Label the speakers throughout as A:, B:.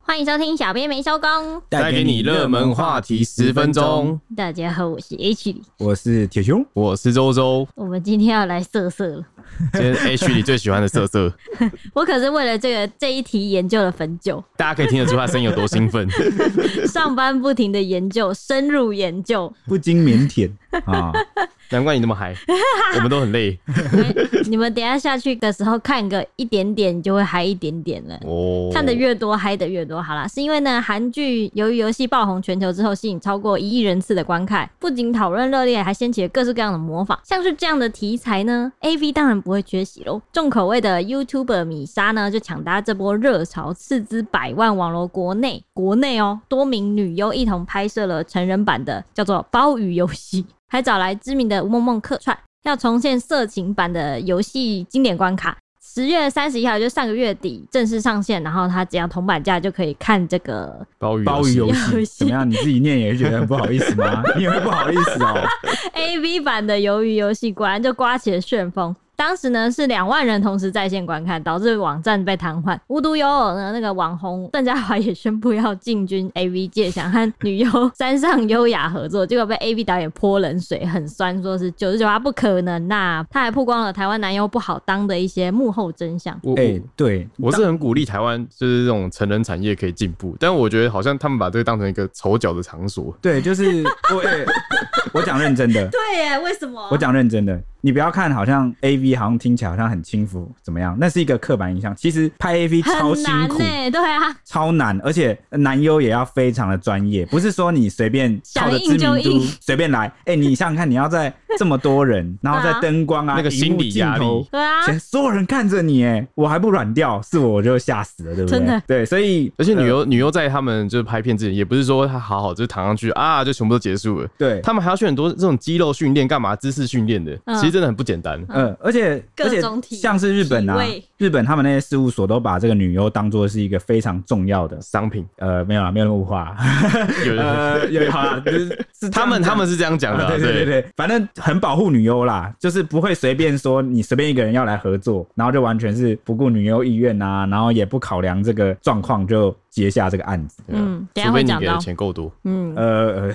A: 欢迎收听《小编没收工》，
B: 带给你热门话题十分钟。
A: 大家好，我是 H 里，
B: 我是铁熊，我是周周。
A: 我们今天要来色色了。
B: 今天 H 里最喜欢的 色色，
A: 我可是为了这个这一题研究了很久，
B: 大家可以听得出他声音有多兴奋。
A: 上班不停的研究，深入研究。
C: 不禁腼腆 啊！
B: 难怪你那么 嗨，我们都很累
A: 你们你们等一下下去的时候看个一点点，你就会嗨一点点了。
B: 哦。
A: 看的越多，嗨的越多。好啦，是因为呢，韩剧《鱿鱼游戏》爆红全球之后，吸引超过一亿人次的观看，不仅讨论热烈，还掀起了各式各样的模仿。像是这样的题材呢，A V 当然不会缺席喽。重口味的 YouTuber 米莎呢，就抢搭这波热潮，斥资百万网罗国内国内哦多名女优一同拍摄了成人版的叫做《鲍鱼游戏》， 还找来知名的吴梦梦客串。要重现色情版的游戏经典关卡，十月三十一号，就上个月底正式上线，然后它只要铜板价就可以看这个。
B: 鲍鱼，
C: 鲍鱼游
A: 游
C: 戏
A: 戏
C: 怎么样？你自己念也是觉得很不好意思吗？你也会不好意思哦。
A: A V 版的鱿鱼游戏果然就刮起了旋风。当时呢是两万人同时在线观看，导致网站被瘫痪。无独有偶呢，那个网红邓家华也宣布要进军 A V 界，想和女优 山上优雅合作，结果被 A V 导演泼冷水，很酸，说是九十九趴不可能呐、他还曝光了台湾男优不好当的一些幕后真相。
B: 我
C: 哎，对，
B: 我是很鼓励台湾就是这种成人产业可以进步，但我觉得好像他们把这个当成一个丑角的场所。
C: 对，就是我，哎我讲认真 的，
A: 对耶，为什么
C: 我讲认真的。你不要看，好像 A V 好像听起来好像很轻浮，怎么样？那是一个刻板印象。其实拍 A V 超
A: 很
C: 辛
A: 难
C: 苦
A: 呢、，对啊，
C: 超难，而且男优也要非常的专业，不是说你随便靠着知
A: 想硬
C: 名
A: 就
C: 度
A: 硬
C: 随便来。哎、你想想看，你要在这么多人，然后在灯光啊、
B: 那个
C: 荧幕
B: 心理压
C: 镜头
B: 力
A: 对啊，
C: 前所有人看着你，哎，我还不软掉，是我我就吓死了，对不对？
A: 真的
C: 对，啊所以呃
B: 而且女优女优在他们就是拍片之前，也不是说她好好就是躺上去啊就全部都结束了，
C: 对，
B: 他们还要去很多这种肌肉训练、干嘛姿势训练的，
A: 嗯
B: 其实真的很不简单。
C: 呃，而且而
A: 各
C: 且
A: 种体
C: 像是日本啊
A: 体位，
C: 日本他们那些事务所都把这个女优当做是一个非常重要的，
B: 商品
C: 呃，没有啦，没有那么物 化，
B: 有人
C: 呃，有好啦，就是是
B: 他们
C: 这样讲
B: 他们是这样讲的
C: 啊
B: 啊、
C: 对对对对，反正很保护女优啦，就是不会随便说你随便一个人要来合作，然后就完全是不顾女优意愿啊，然后也不考量这个状况就接下这个案子。
A: 嗯等一下
B: 除非
A: 会
B: 你
A: 讲
B: 给的
A: 到
B: 钱够多，
A: 嗯，
C: 呃，呃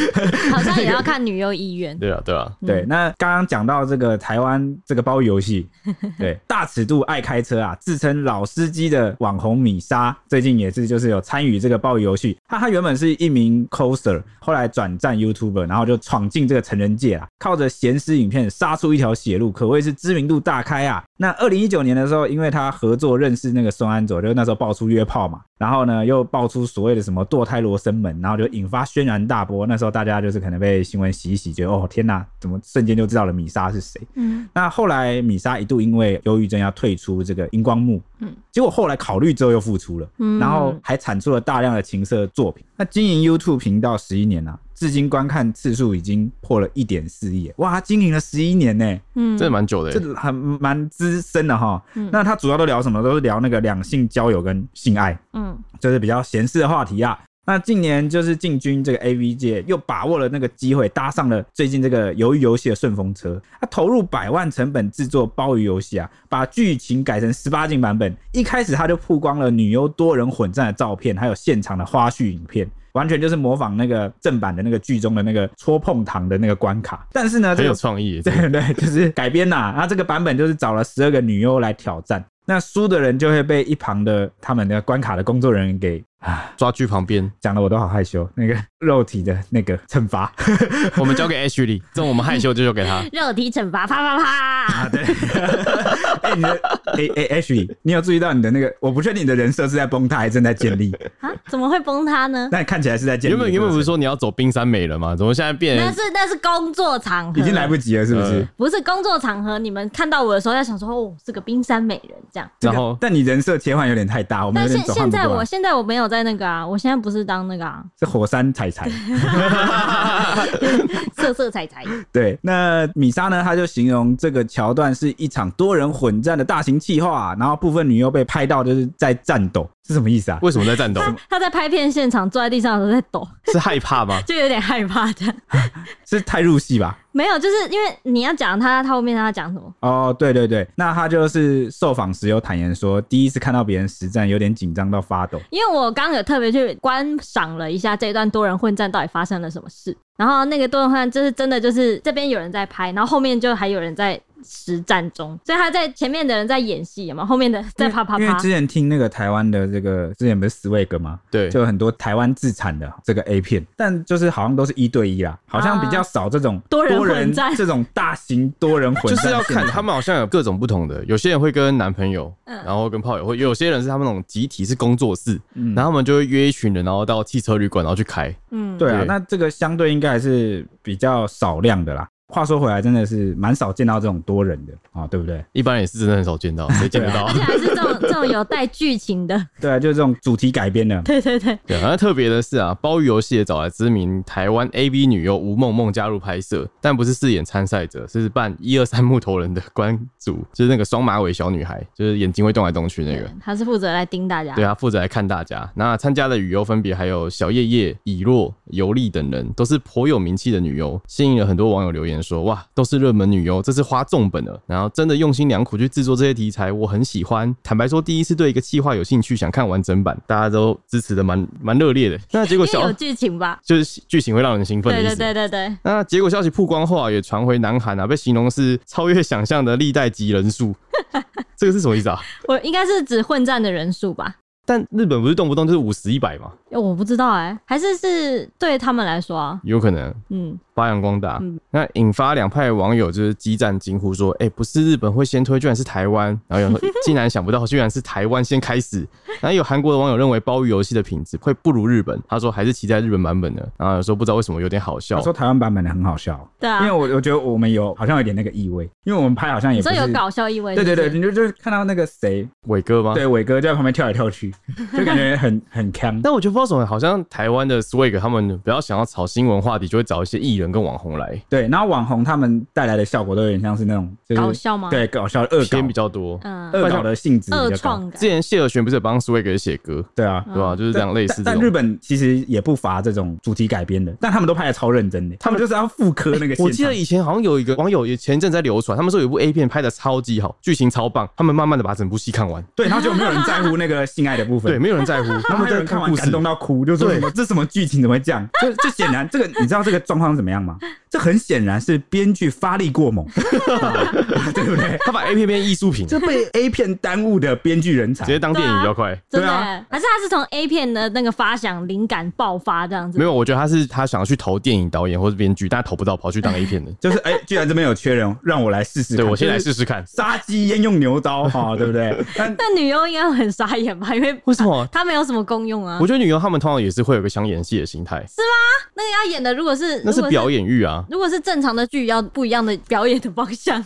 A: 好像也要看女优意愿。
B: 对啊对啊，
C: 对，
A: 嗯
C: 那刚刚讲到这个台湾这个包游戏， 对，大尺度爱开车啊，自称老司机的网红米莎，最近也是就是有参与这个包游戏。她她原本是一名 coser，后来转战 YouTuber，然后就闯进这个成人界啦，啊靠着咸湿影片杀出一条血路，可谓是知名度大开啊。那二零一九年的时候，因为她合作认识那个宋安佐，就是那时候爆出约炮嘛，然后呢又爆出所谓的什么堕胎罗生门，然后就引发轩然大波。那时候大家就是可能被新闻洗一洗，觉得哦天哪，怎么瞬间就知道了米莎是谁？
A: 嗯，
C: 那后来米莎一度因为忧郁症要退出这个荧光幕，
A: 嗯
C: 嗯，结果后来考虑之后又复出了，
A: 嗯
C: 然后还产出了大量的情色作品。那经营 YouTube 频道十一年啊，至今观看次数已经破了一点四亿，哇，她经营了十一年呢、
A: 嗯
B: 真的蛮久的欸、
C: 这很蛮资深的哈。
A: 嗯
C: 那他主要都聊什么？都是聊那个两性交友跟性爱，
A: 嗯
C: 就是比较闲适的话题啊。那近年就是进军这个 A V 界，又把握了那个机会，搭上了最近这个鱿鱼游戏的顺风车。他投入百万成本制作鲍鱼游戏啊，把剧情改成十八禁版本。一开始他就曝光了女优多人混战的照片，还有现场的花絮影片。完全就是模仿那个正版的那个剧中的那个戳碰糖的那个关卡，但是呢，这个
B: 很有创意欸、这 个
C: 对对，就是改编呐、那这个版本就是找了十二个女优来挑战，那输的人就会被一旁的他们的关卡的工作人员给啊，
B: 抓去旁边，
C: 讲的我都好害羞。那个肉体的那个惩罚
B: 我们交给 H 里，这种我们害羞就交给 他。
A: 肉体惩罚，啪啪啪！
C: 啊，对。 哎、你的哎哎 Ashley，你有注意到你的那个？我不确定你的人设是在崩塌还是正在建 立，
A: 啊，怎么会崩塌呢？
C: 但看起来是在建立
B: 原
C: 的过程。
B: 本原本不是说你要走冰山美人吗？怎么现在变
A: 那
B: 成
A: 是那是工作场合，
C: 呃已经来不及了，是不是？
B: 呃
A: 不是工作场合。你们看到我的时候，要想说哦，是个冰山美人这样。
C: 这个
B: 然后
C: 但你人设切换有点太大，我们
A: 但
C: 有
A: 现
C: 点走
A: 现
C: 换不
A: 在
C: 过
A: 我
C: 来。
A: 现在我没有在那个啊，我现在不是当那个 啊，
C: 是火山彩彩。
A: 色色彩彩。
C: 对，那米莎呢？她就形容这个桥段是一场多人混战的大型气划、啊然后部分女优被拍到就是在战斗，是什么意思啊？
B: 为什么在战斗？
A: 他在拍片现场坐在地上的时候在抖，
B: 是害怕吗？
A: 就有点害怕的。
C: 是太入戏吧？
A: 没有，就是因为你要讲他，他后面他要讲什么？
C: 哦，对对对，那他就是受访时有坦言说，第一次看到别人实战，有点紧张到发抖。
A: 因为我刚刚有特别去观赏了一下这一段多人混战到底发生了什么事，然后那个多人混战就是真的就是这边有人在拍，然后后面就还有人在实战中，所以他在前面的人在演戏嘛，后面的在啪啪
C: 因为
A: 啪
C: 之。前听那个台湾的这个，之前不是 Swag 吗？
B: 对，
C: 就有很多台湾自产的这个 A 片，但就是好像都是一对一啦，好像比较少这种
A: 啊多人混战
C: 这种大型多人混
B: 就
C: 战，
B: 是要看他。们好像有各种不同的，有些人会跟男朋友，
A: 嗯
B: 然后跟炮友，或有些人是他们那种集体是工作室，
C: 嗯
B: 然后他们就会约一群人，然后到汽车旅馆，然后去开。
A: 嗯，
C: 对啊，
B: 对
C: 那这个相对应该还是比较少量的啦。话说回来，真的是蛮少见到这种多人的啊，对不对？
B: 一般人也是真的很少见到，谁见得到
A: 而？且还是这种这种有带剧情 的，
C: 对啊，就是这种主题改编的，
A: 对对对，
B: 对，然后特别的是啊，包鱼游戏也找来知名台湾 A B 女优吴梦梦加入拍摄，但不是饰演参赛者，是扮一二三木头人的 关主，就是那个双马尾小女孩，就是眼睛会动来动去那个。
A: 他是负责来盯大家。
C: 啊
B: 对，他啊负责来看大家。那参加的女优分别还有小叶叶、以若、尤丽等人，都是颇有名气的女优，吸引了很多网友留言说：“哇，都是热门女优，这次花重本了。”然后真的用心良苦去制作这些题材，我很喜欢。坦白说，第一次对一个企划有兴趣，想看完整版，大家都支持的蛮蛮 热烈的。那结果
A: 因为
B: 小
A: 有剧情吧？
B: 就是剧情会让人兴奋的
A: 对
B: 意思。
A: 对对对对，
B: 那结果消息曝光后啊，也传回南韩啊，被形容是超越想象的历代级人 数，这个是什么意思啊？
A: 我应该是指混战的人数吧？
B: 但日本不是动不动就是五十一百嘛，
A: 呃我不知道哎、还是是对他们来说啊，
B: 有可能
A: 嗯，
B: 发扬光大，
A: 嗯
B: 那引发两派网友就是激战惊呼说：“哎、不是日本会先推，居然是台湾！”然后有人 说：“竟然想不到，居然是台湾先开始。”然后有韩国的网友认为包鱼游戏的品质会不如日本，他说还是期待日本版本的。然后有时候不知道为什么有点好笑
C: 我，说台湾版本的很好笑，
A: 对
C: 因为
A: 啊，
C: 我我觉得我们有好像有点那个意味，因为我们拍好像也
A: 你
C: 不
A: 说
C: 是
A: 有搞笑意味是
C: 对
A: 不
C: 对
A: 是，啊
C: 对，你就就是看到那个谁，
B: 伟哥吗？
C: 对伟哥就在旁边跳来 跳去，就感觉很很 cam。
B: 但我觉得不知道为什么，好像台湾的 Swag 他们比较想要炒新闻话题，就会找一些艺人跟网红来，
C: 对，然后网红他们带来的效果都有点像是那种、就是、
A: 搞笑吗
C: 对，搞笑恶搞
B: 偏比较多。
A: 嗯，
C: 恶搞的性质比较高
A: 恶创
B: 之
A: 感，
B: 前谢尔璇不是也帮 Swag 写歌，
C: 对啊。
A: 嗯
B: 对吧？就是这样类似这
C: 但，但日
B: 种。
C: 本其实也不乏这种主题改编的，但他们都拍的超认真的，他们就是要复刻那个现场。
B: 哎我记得以前好像有一个网友也前一阵在流传，他们说有一部 A 片拍的超级好，剧情超棒，他们慢慢的把整部戏看完，
C: 对，然后就没有 人在乎那个性爱的部分，
B: 对，，没有 人在乎，他
C: 他
B: 们
C: 们
B: 在
C: 在看完
B: 故
C: 感
B: 事
C: 动。到哭，就说
B: 对
C: 什么这什么剧情怎么会这样？就这显然这个你知道这个状况是怎么样吗？这很显然是编剧发力过猛， 对不对？
B: 他把 A 片变艺术品，直
C: 这被 A 片耽误的编剧人才，
B: 接当电影比较快。
A: 真的
C: 啊对啊
A: 欸、还是他是从 A 片的那个发想灵感爆发这样子，
B: 没有，我觉得他是他想要去投电影导演或是编剧，但他投不到，跑去当 A 片的。
C: 就是哎、居然这边有缺人，让我来试试看。
B: 对我先来
C: 就是
B: 试试看，
C: 杀鸡焉用牛刀哈、对不对？但
A: 那女优应该很傻眼吧？因 为
B: 为什么？
A: 她没有什么功用啊
B: 我。觉得女优她们通常也是会有个想演戏的心态，
A: 那个要演的，如果是
B: 那
A: 如
B: 是
A: 果
B: 表演欲啊，
A: 如果是正常的剧，要不一样的表演的方 向。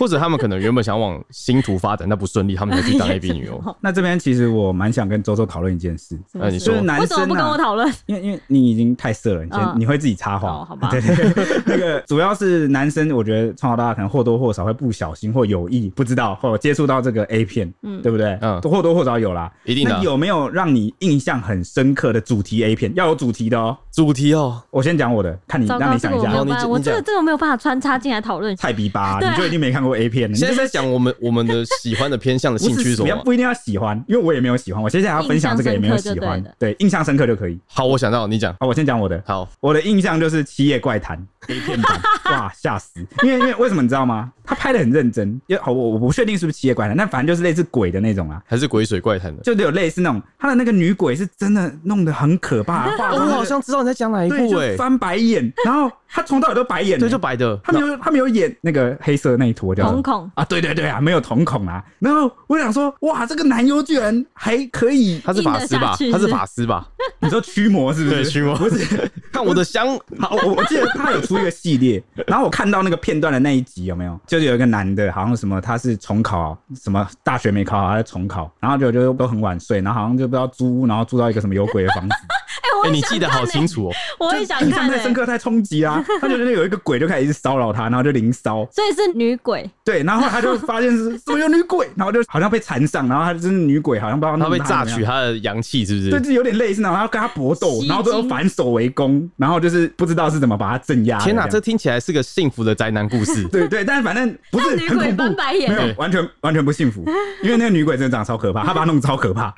B: 或者她们可能原本想往星途发展，但不顺利，她们才去当 A B 女 优。
C: 那这边其实我蛮想跟周周讨论一件事，
A: 什
B: 哎
A: 么
B: 你
A: 事
B: 说
C: 就是男
A: 为什么
C: 生
A: 不跟我
C: 啊，
A: 讨论？
C: 因为因为你已经太色了，你先、
A: 嗯
C: 你会自己插话，
A: 哦好吧
C: 对对对，那个主要是男生，我觉得从小到大可能或多或少会不小心或有意不知道或接触到这个 A 片，
A: 嗯
C: 对不对？
B: 嗯
C: 或多或少有啦。
B: 一定的啊
C: 那有没有让你印象很深刻的主题 A 片？要有主题的哦。
B: 主题哦，
C: 我先讲我的，看你
A: 糟
C: 让
A: 糕，
C: 你
A: 这
C: 想
A: 个
C: 一
A: 我没
C: 下
A: 有。
B: 啊你
A: 办法，
B: 哦你
A: 我这
B: 讲
A: 个真的没有办法穿插进来讨论。
C: 菜逼吧，
A: 对啊
C: 你就一定没看过 A 片了。你
B: 现在在讲我们我们的喜欢的偏向的
C: 不
B: 兴
C: 是
B: 趣是什
C: 不要
B: 么？
C: 不一定要喜欢，因为我也没有喜欢。我接下来要分享这个也没有
A: 印
C: 喜
A: 象深刻
C: 欢
A: 就，
C: 对，印象深刻就可以。
B: 好，我想到你讲，
C: 好，我先讲我的。
B: 好，
C: 我的印象就是《七夜怪谈》A 片 版，哇，吓死！因为因为为什么你知道吗？他拍的很认真，因为好我我不确定是不是《七夜怪谈》，但反正就是类似鬼的那种啊，
B: 还是鬼水怪谈的。
C: 就有类似那种他的那个女鬼是真的弄得很可 怕，画
B: 哦
C: 得
B: 我好像知道你在讲哪一
C: 对
B: 部哎、
C: 就翻白眼，然后他从头到尾都白眼欸，
B: 对，就白的。
C: 他没有他没有演那个黑色那一坨叫什么
A: 瞳孔
C: 啊，对对对啊，没有瞳孔啊。然后我想说，哇，这个男优居然还可以，
B: 他是法师
A: 硬
B: 吧
A: 得下？去
B: 他是
A: 是
B: 法师吧？
C: 你说驱魔是不是？
B: 对驱魔
C: 不是。
B: 看我的香，
C: 好，我我记得他有出一个系列，然后我看到那个片段的那一集有没有？就是有一个男的，好像什么他是重考，什么大学没考好，他在重考，然后就就都很晚睡，然后好像就不知道租屋，然后住到一个什么有鬼的房子。
A: 哎，我
B: 哎、你记得好清楚哦、
A: 我也想看、
C: 太深
A: 欸，
C: 刻太冲击啦，他觉得有一个鬼就开始一直骚扰他，然后就零骚，
A: 所以是女 鬼，
C: 对，然后他就发现是怎么有女鬼，然后就好像被缠上，然后他就是女鬼，好像不知道
B: 他被
C: 弄她
B: 榨
C: 怎么样
B: 取他的阳气，是不是？
C: 对，就有点类似那种，然后跟他搏斗，
A: 吸
C: 然后最后
A: 睛
C: 反手为攻，然后就是不知道是怎么把他镇压的样。。
B: 天哪、这听起来是个幸福的宅男故事
C: 对对，但是反正不是
A: 但女
C: 很
A: 鬼
C: 恐怖，
A: 翻白眼
C: 没有
B: 对
C: 完全完全 不幸福，因为那个女鬼真的长得超可怕，她把她弄超可怕。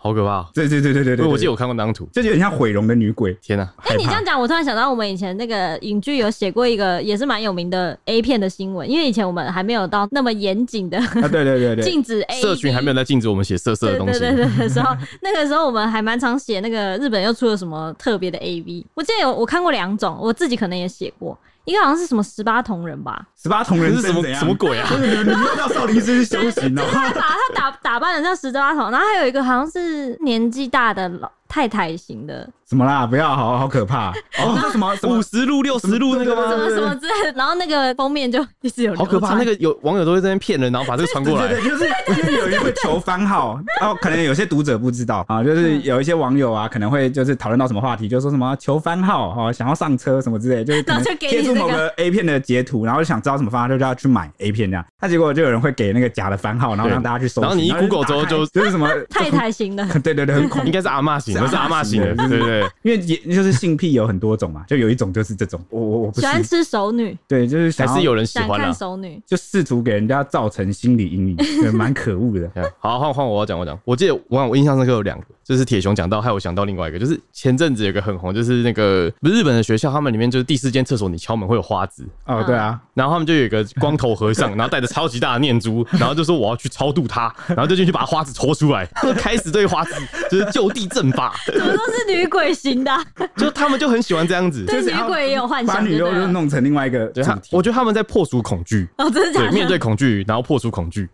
B: 好可怕、哦！
C: 对对对对对
B: 因
C: 对，
B: 为我记得
C: 有，
B: 我看过那张图。
C: 就有点像毁容的女鬼，
B: 天哪、
A: 哎、
C: 害
A: 你这
C: 怕
A: 样。讲，我突然想到，我们以前那个影剧有写过一个也是蛮有名的 A 片的新闻，因为以前我们还没有到那么严谨的
C: 啊，对对对对，
A: 禁止 A
B: 社群还没有在禁止我们写色色的
A: 对
B: 东西。
A: 哎对对对 的时候，那个时候我们还蛮常写那个日本又出了什么特别的 A V，我记得有我看过两种，我自己可能也写过，一个好像是什么十八同人吧，
C: 十八铜
B: 这
C: 人
B: 是什么
C: 怎样
B: 什么？鬼啊？
C: 不是你们你们到少林寺去修行哦。
A: 他把他打打扮的像十八头，然后还有一个好像是年纪大的老太太型的，
C: 什么啦？不要，好好可怕。 哦，那什么什么
B: 五十路六十路那个
A: 什
B: 吗？
A: 么什么之类的，然后那个封面就一直有
B: 呃好可怕！那
A: 个
B: 个有网友都会在那边骗人，然后把这个传 过来。
C: 对对对，就是因为有人会求番号，然后可能有些读者不知道啊，就是
B: 嗯
C: 有一些网友啊，可能会就是讨论到什么话题，就说什么求番号啊，想要上车什么之类，就是可
A: 然后
C: 能
A: 就给你
C: 贴出
A: 这个
C: 某个 A 片的截图，然后就想知道什么方法，就叫他去买 A 片这样。那结果就有人会给那个假的番号，然后
B: 对
C: 让大家去搜寻，
B: 然后你一
C: 就打
B: Google 之后
C: 开
B: 就
C: 就是 什么
A: 太，太型的，
C: 对对对，很恐
B: 应
C: 怖。
B: 该是阿嬷型的，
C: 是
B: 是阿
C: 阿
B: 嬷
C: 嬷
B: 型
C: 型
B: 的，
C: 的
B: 对对对。
C: 因为也就是性癖有很多种嘛，就有一种就是这种，我我我
A: 喜
C: 不是，
A: 欢吃熟女，
C: 对，就是想
B: 还
C: 要
B: 是有人喜
A: 想
B: 欢啊
A: 看
B: 啦。
A: 熟女，
C: 就试图给人家造成心理阴影，对蛮可恶的。
B: 对啊好，换换我要讲，我讲。我记得我我印象深刻有两个，就是铁熊讲到，还有我想到另外一个，就是前阵子有个很红，就是那个不是日本的学校，他们里面就是第四间厕所，你敲门会有花枝，
C: 哦，对啊，
B: 然后他们就有一个光头和尚，然后带着超级大的念珠，然后就说我要去超度他，然后就进去把花枝抽出来，就开始对花枝就是就地正法，
A: 怎么都是女鬼型的啊、
B: 就他们就很喜欢这样子。
A: 对
C: 就是
A: 女
C: 要
A: 鬼也有幻
C: 把
A: 想，
C: 女
A: 对
C: 优就
A: 了。
C: 弄成另外一个主
B: 对，啊他
C: 题，
B: 我觉得他们在破除恐惧，
A: 哦，真的假
B: 对，
A: 的？
B: 面对恐惧，然后破除恐惧。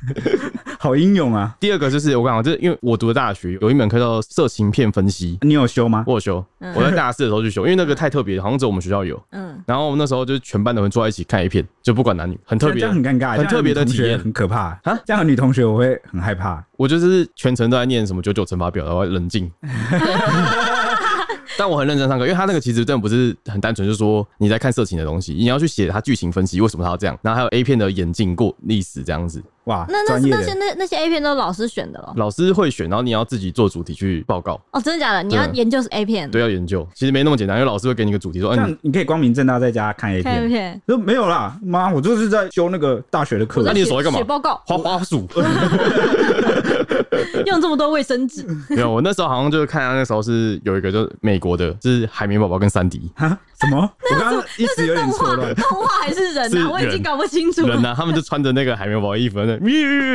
C: 好英勇啊！
B: 第二个就是我刚好就是因为我读的大学有一门课叫色情片分析，
C: 你有修吗？
B: 我有修，
A: 嗯
B: 我在大四的时候去修，因为那个太特别了，好像只有我们学校有。
A: 嗯，
B: 然后那时候就是全班的人坐在一起看 A 片，就不管男女，很 特
C: 这
B: 别啊
C: 样。很尴尬，
B: 很特别的体验
C: 这样女同学很可怕
B: 啊
C: 啊！这样的女同学我会很害怕，
B: 我就是全程都在念什么九九乘法表，然后冷静。但我很认真上课，因为他那个其实真的不是很单纯，就是说你在看色情的东西，你要去写他剧情分析为什么他要这样，然后还有 A 片的演进过历史这样子，
C: 哇
A: 那，那
C: 专业
A: 那些
B: 嗯
C: 的。
A: 那那些 A 片都是老师选的咯。
B: 老师会选，然后你要自己做主题去报告，
A: 哦，真的假的？你要
B: 对
A: 研究是 A 片，
B: 对，要研究。其实没那么简单，因为老师会给你一个主题说，
C: 这
B: 嗯、
C: 样你可以光明正大在家看 A
A: 看 A
C: 片，
A: 片。
C: 说没有啦，妈，我就是在修那个大学的课
A: 我在
B: 那，你的手在
A: 写
B: 干嘛
A: 写报告，
B: 花花鼠。
A: 用这么多卫生纸，
B: 没有，我那时候好像就是看他那时候是有一个就是美国的，就是海绵宝宝跟三 D
C: 啊？什么？我刚刚 一
A: 那
C: 直
A: 是
C: 有
A: 动
C: 点
A: 画，
C: 错乱。
A: 动画还是人
B: 是
A: 啊？我已经
B: 人
A: 搞不清楚
B: 人啊
A: 了。
B: 呐、他们就穿着那个海绵宝宝衣服，那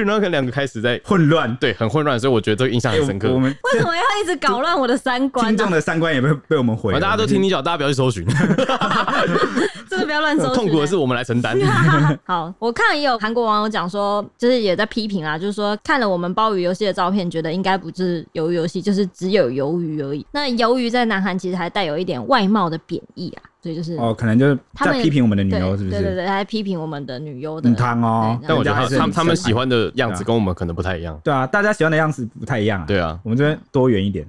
B: 然后跟两个开始在
C: 混乱，
B: 对很混乱，所以我觉得这个印象啊很深
C: 哎我我
B: 刻。
C: 们
A: 为什么要一直搞乱我的三观啊
C: 听
A: 呢
C: 众？的三观也被被我们毁
B: 反
C: 了。
B: 啊正大家都听你讲，大家不要去搜寻，
A: 真的不要乱搜。 欸
B: 痛苦的是。我啊们来承担。
A: 好，我看也有韩国网友讲说，就是也在批评啦，就是说看了我们鲍鱼游戏的照片，觉得应该不是鱿鱼游戏，就是只有鱿鱼而已。那鱿鱼在南韩其实还带有一点外貌的贬义啊，所以就是
C: 哦，可能就是
A: 他们
C: 在批评我们的女
A: 对
C: 优，是不
A: 对对
C: 是？
A: 对，他在批评我们的女优的
C: 很汤哦
A: 对，
B: 但我觉
C: 人家还
B: 得
C: 是
B: 他们
C: 很
B: 他们
C: 深爱
B: 喜欢的样子跟我们可能不太一样。
C: 对啊，大家喜欢的样子不太一样啊。
B: 对啊，
C: 我们这边多元一点。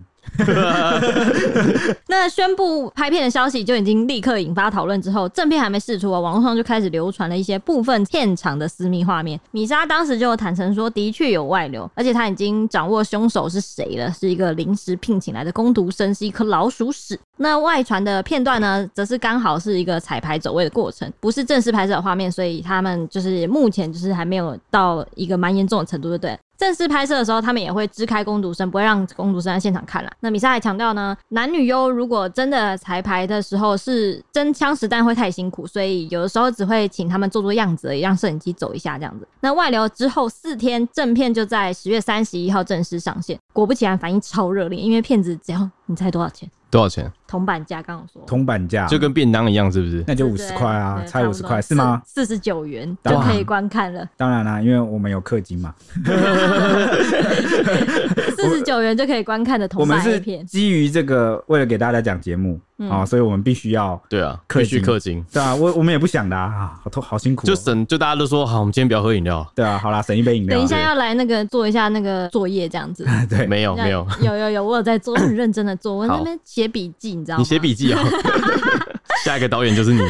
A: 那宣布拍片的消息就已经立刻引发讨论，之后正片还没释出啊，网络上就开始流传了一些部分现场的私密画面。米莎当时就有坦诚说，的确有外流，而且她已经掌握凶手是谁了，是一个临时聘请来的工读生，是一颗老鼠屎。那外传的片段呢，则是刚好是一个彩排走位的过程，不是正式拍摄的画面，所以他们就是目前就是还没有到一个蛮严重的程度，就对了。正式拍摄的时候，他们也会支开工读生，不会让工读生在现场看了。那米莎还强调呢，男女优如果真的彩排的时候是真枪实弹，会太辛苦，所以有的时候只会请他们做做样子而已，让摄影机走一下这样子。那外流之后四天，正片就在十月三十一号正式上线。果不其然，反应超热烈，因为片子只要你猜多少钱？
B: 多少钱？
A: 铜板价，刚刚有说
C: 铜板价
B: 就跟便当一样，是不是？
C: 那就五
A: 对
C: 十
A: 对
C: 块啊，
A: 对
C: 才
A: 差
C: 五
A: 不
C: 十
A: 多
C: 块是吗？
A: 四十九元
C: 哇
A: 就可以观看了，
C: 当然啦、因为我们有氪金嘛，
A: 四十九元就可以观看的
C: 我
A: 铜
C: 们
A: 板 A
C: 是
A: 片，
C: 基于这个为了给大家讲节目啊、
A: 嗯
C: 所以我们必须要
B: 对啊，
C: 氪
B: 必须
C: 金
B: 氪金，
C: 对啊，我我们也不想的啊，啊好痛好辛苦哦、
B: 就省就大家都说好，我们今天不要喝饮料，
C: 对啊，好啦，省一杯饮料。
A: 等一下要来那个做一下那个作业这样子。
C: 对，
B: 没有没有，
A: 有有有，我有在做，我很认真的做，我在
B: 好
A: 那边写笔记，你知道吗？
B: 你写笔 记啊，下一个导演就是你，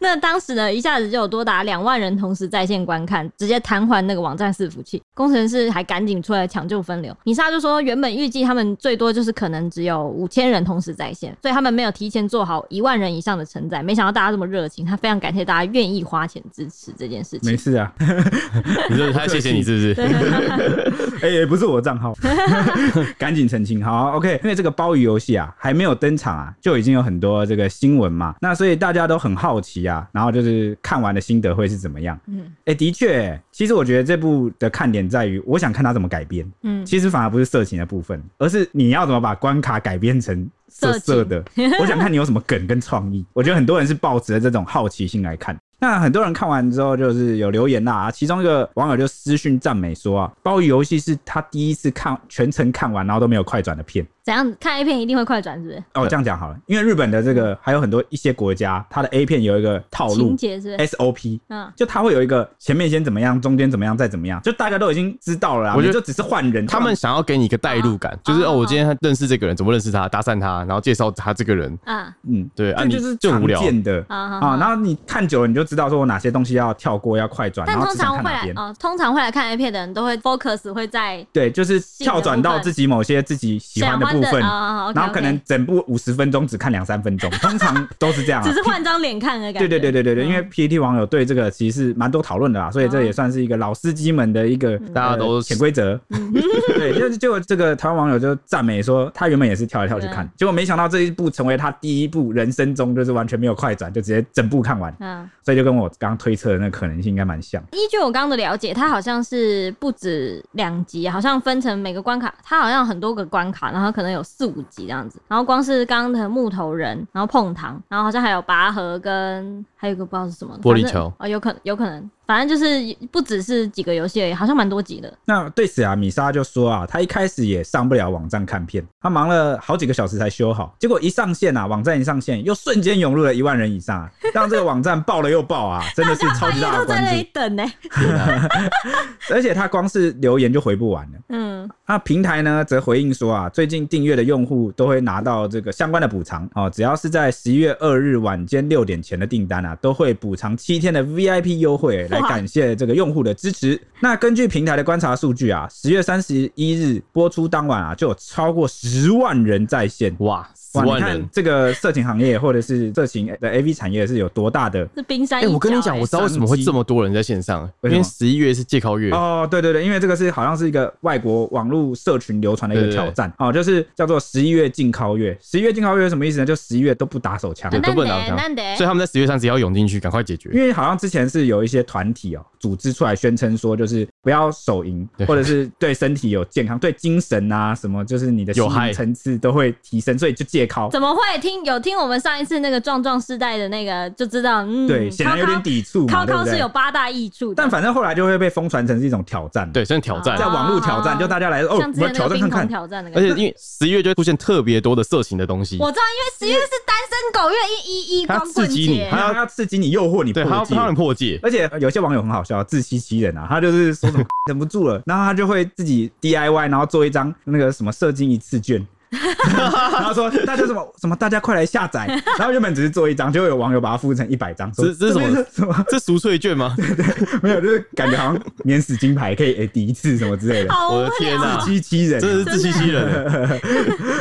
A: 那当时呢，一下子就有多达两万人同时在线观看，直接瘫痪那个网站伺服器。工程师还赶紧出来抢救分流。米莎就说，原本预计他们最多就是可能只有五千人同时在线，所以他们没有提前做好一万人以上的承载。没想到大家这么热情，他非常感谢大家愿意花钱支持这件事
C: 没
A: 情。
C: 事 啊。
B: 你说他谢谢你是不是？
C: 哎、也不是我的账 号，赶紧澄清。好，OK，因为这个鲍鱼游戏啊，还没有登场啊，就已经有很多这个新闻嘛，那所以大家都很好奇啊，然后就是看完的心得会是怎么样？嗯，哎、的确，其实我觉得这部的看点在于，我想看它怎么改编。
A: 嗯，
C: 其实反而不是色情的部分，而是你要怎么把关卡改编成色色 的。我想看你有什么梗跟创意。我觉得很多人是抱持着这种好奇心来看。那很多人看完之后，就是有留言啦、啊，其中一个网友就私讯赞美说啊，《鲍鱼游戏》是他第一次看全程看完，然后都没有快转的片。
A: 怎样看 A 片一定会快转，是不是？
C: 哦，这样讲好了，因为日本的这个还有很多一些国家，它的 A 片有一个套
A: 情
C: 路哎
A: 节是不是？
C: SOP，
A: 嗯，
C: 就它会有一个前面先怎么样，中间怎么样，再怎么样，就大家都已经知道了啦。
B: 我觉得
C: 你就只是换人，
B: 他们想要给你一个代入
C: 啊
B: 感，就是哦，我今天认识这个人，怎么认识他，搭讪他，然后介绍他这个人，
A: 啊
C: 嗯，
B: 对啊，
C: 这
B: 你
C: 就是
B: 就很
C: 常
B: 无聊，
C: 见的
A: 啊
C: 啊。然后你看久了，你就知道说我哪些东西要跳过、要快转，
A: 但
C: 然后
A: 通
C: 只想
A: 常
C: 看
A: 会
C: 哪
A: 来
C: 边。
A: 哦，通常会来看 A 片的人都会 focus 会在
C: 对，就是跳转到自己某些自己喜欢的部分，
A: 啊，
C: 然后可能
A: OK，OK
C: 整部五十分钟只看两三分钟，通常都是这样、啊
A: 只。是换张脸看的感觉。
C: 对对对对对对，
A: 嗯
C: 因为 PPT 网友对这个其实是蛮多讨论的啦，所以这也算是一个老司机们的一个
A: 嗯
B: 大家都
C: 呃潜规则。对，就是就这个台湾网友就赞美说，他原本也是跳来跳去
A: 嗯
C: 看，结果没想到这一部成为他第一部人生中就是完全没有快转，就直接整部看完。
A: 嗯，
C: 所以就跟我刚刚推测的那个可能性应该蛮像。
A: 依据我刚刚的了解，它好像是不止两集，好像分成每个关卡，它好像很多个关卡，然后可能有四五集这样子。然后光是刚刚的木头人，然后碰糖，然后好像还有拔河跟还有一个不知道是什么
B: 玻
A: 反
B: 璃
A: 正
B: 球
A: 哦，有可能有可能，反正就是不只是几个游戏而已，好像蛮多集的。
C: 那对此啊，米莎就说啊，她一开始也上不了网站看片，她忙了好几个小时才修好，结果一上线啊，网站一上线又瞬间涌入了一万人以上、啊，让这个网站爆了又爆啊，真的是超级大
A: 都
C: 的
A: 在
C: 关
A: 那里
C: 注，
A: 等呢、
C: 而且她光是留言就回不完了。
A: 嗯，
C: 那平台呢则回应说啊，最近订阅的用户都会拿到这个相关的补偿哦，只要是在十一月二日晚间六点前的订单啊，都会补偿七天的 VIP 优惠来感谢这个用户的支持。那根据平台的观察数据啊，十月三十一日播出当晚啊，就有超过十万人在线。
B: 哇，十
C: 哇，你
B: 万
C: 看
B: 人。
C: 这个色情行业或者是色情的 AV 产业是有多大的
A: 是冰山一
B: 哎，
A: 角、
B: 我跟你讲，
A: 哎
B: 我知道为什么会这么多人在线上，
C: 为什
B: 因
C: 么
B: 为十一月是戒烤月，
C: 哦，对对对，因为这个是好像是一个外国网络社群流传的一个
B: 对对对
C: 挑战哦，就是叫做十一月禁靠月。十一月禁靠月是什么意思呢？就十一月都不打手枪啊
B: 对，
A: 那
B: 都不能
A: 得
B: 拿
A: 那得
B: 所以他们在十月三十要涌进去，赶快解决
C: 因。为好像之前是有一些团体哦组织出来宣称说，就是不要手淫，
B: 对
C: 或者是对身体有健康、对精神啊什么，就是你的
B: 有
C: 心
B: 害
C: 理层次都会提升，所以就戒靠。
A: 怎么会听有听我们上一次那个壮壮世代的那个就知道，嗯，
C: 对，显然有点抵触嘛，
A: 康
C: 对不
A: 康是
C: 对
A: 有？八大益处的，
C: 但反正后来就会被疯传成是一种挑战，，
B: 对，算挑战
C: 在
A: 啊。
C: 网络挑战，
A: 哦
C: 就大家来哦，
A: 像之前
C: 我们
A: 那
C: 挑
A: 个
C: 战
A: 冰桶
C: 看看，
A: 挑战的
B: 而
A: 感
B: 且
A: 觉。
B: 因为十一月就会出现特别多的色情的 东西，
A: 我知道，因为十月是单身狗月一一一
B: 它
A: 光棍
B: 刺激你
A: 节
B: 它，
C: 还要要刺激你、诱惑你
B: 对，
C: 破
B: 他要
C: 戒
B: 他要你破戒，
C: 而且呃有些网友很好笑，自欺欺人啊，他就是说什 么忍不住了，然后他就会自己 DIY，然后做一张那个什么射精一次 券。然后说大家什么什么，大家快来下 载。然后原本只是做一张，就有网友把它复制成一百张。说
B: 这这是什么
C: 边什么？
B: 这赎罪券吗？
C: 没有，就是感觉好像免死金牌可以诶抵一次什么之 类的，
A: 好无
B: 我的天
A: 聊。
B: 哪
C: 自欺欺人啊、
B: 真啊的是自欺欺人。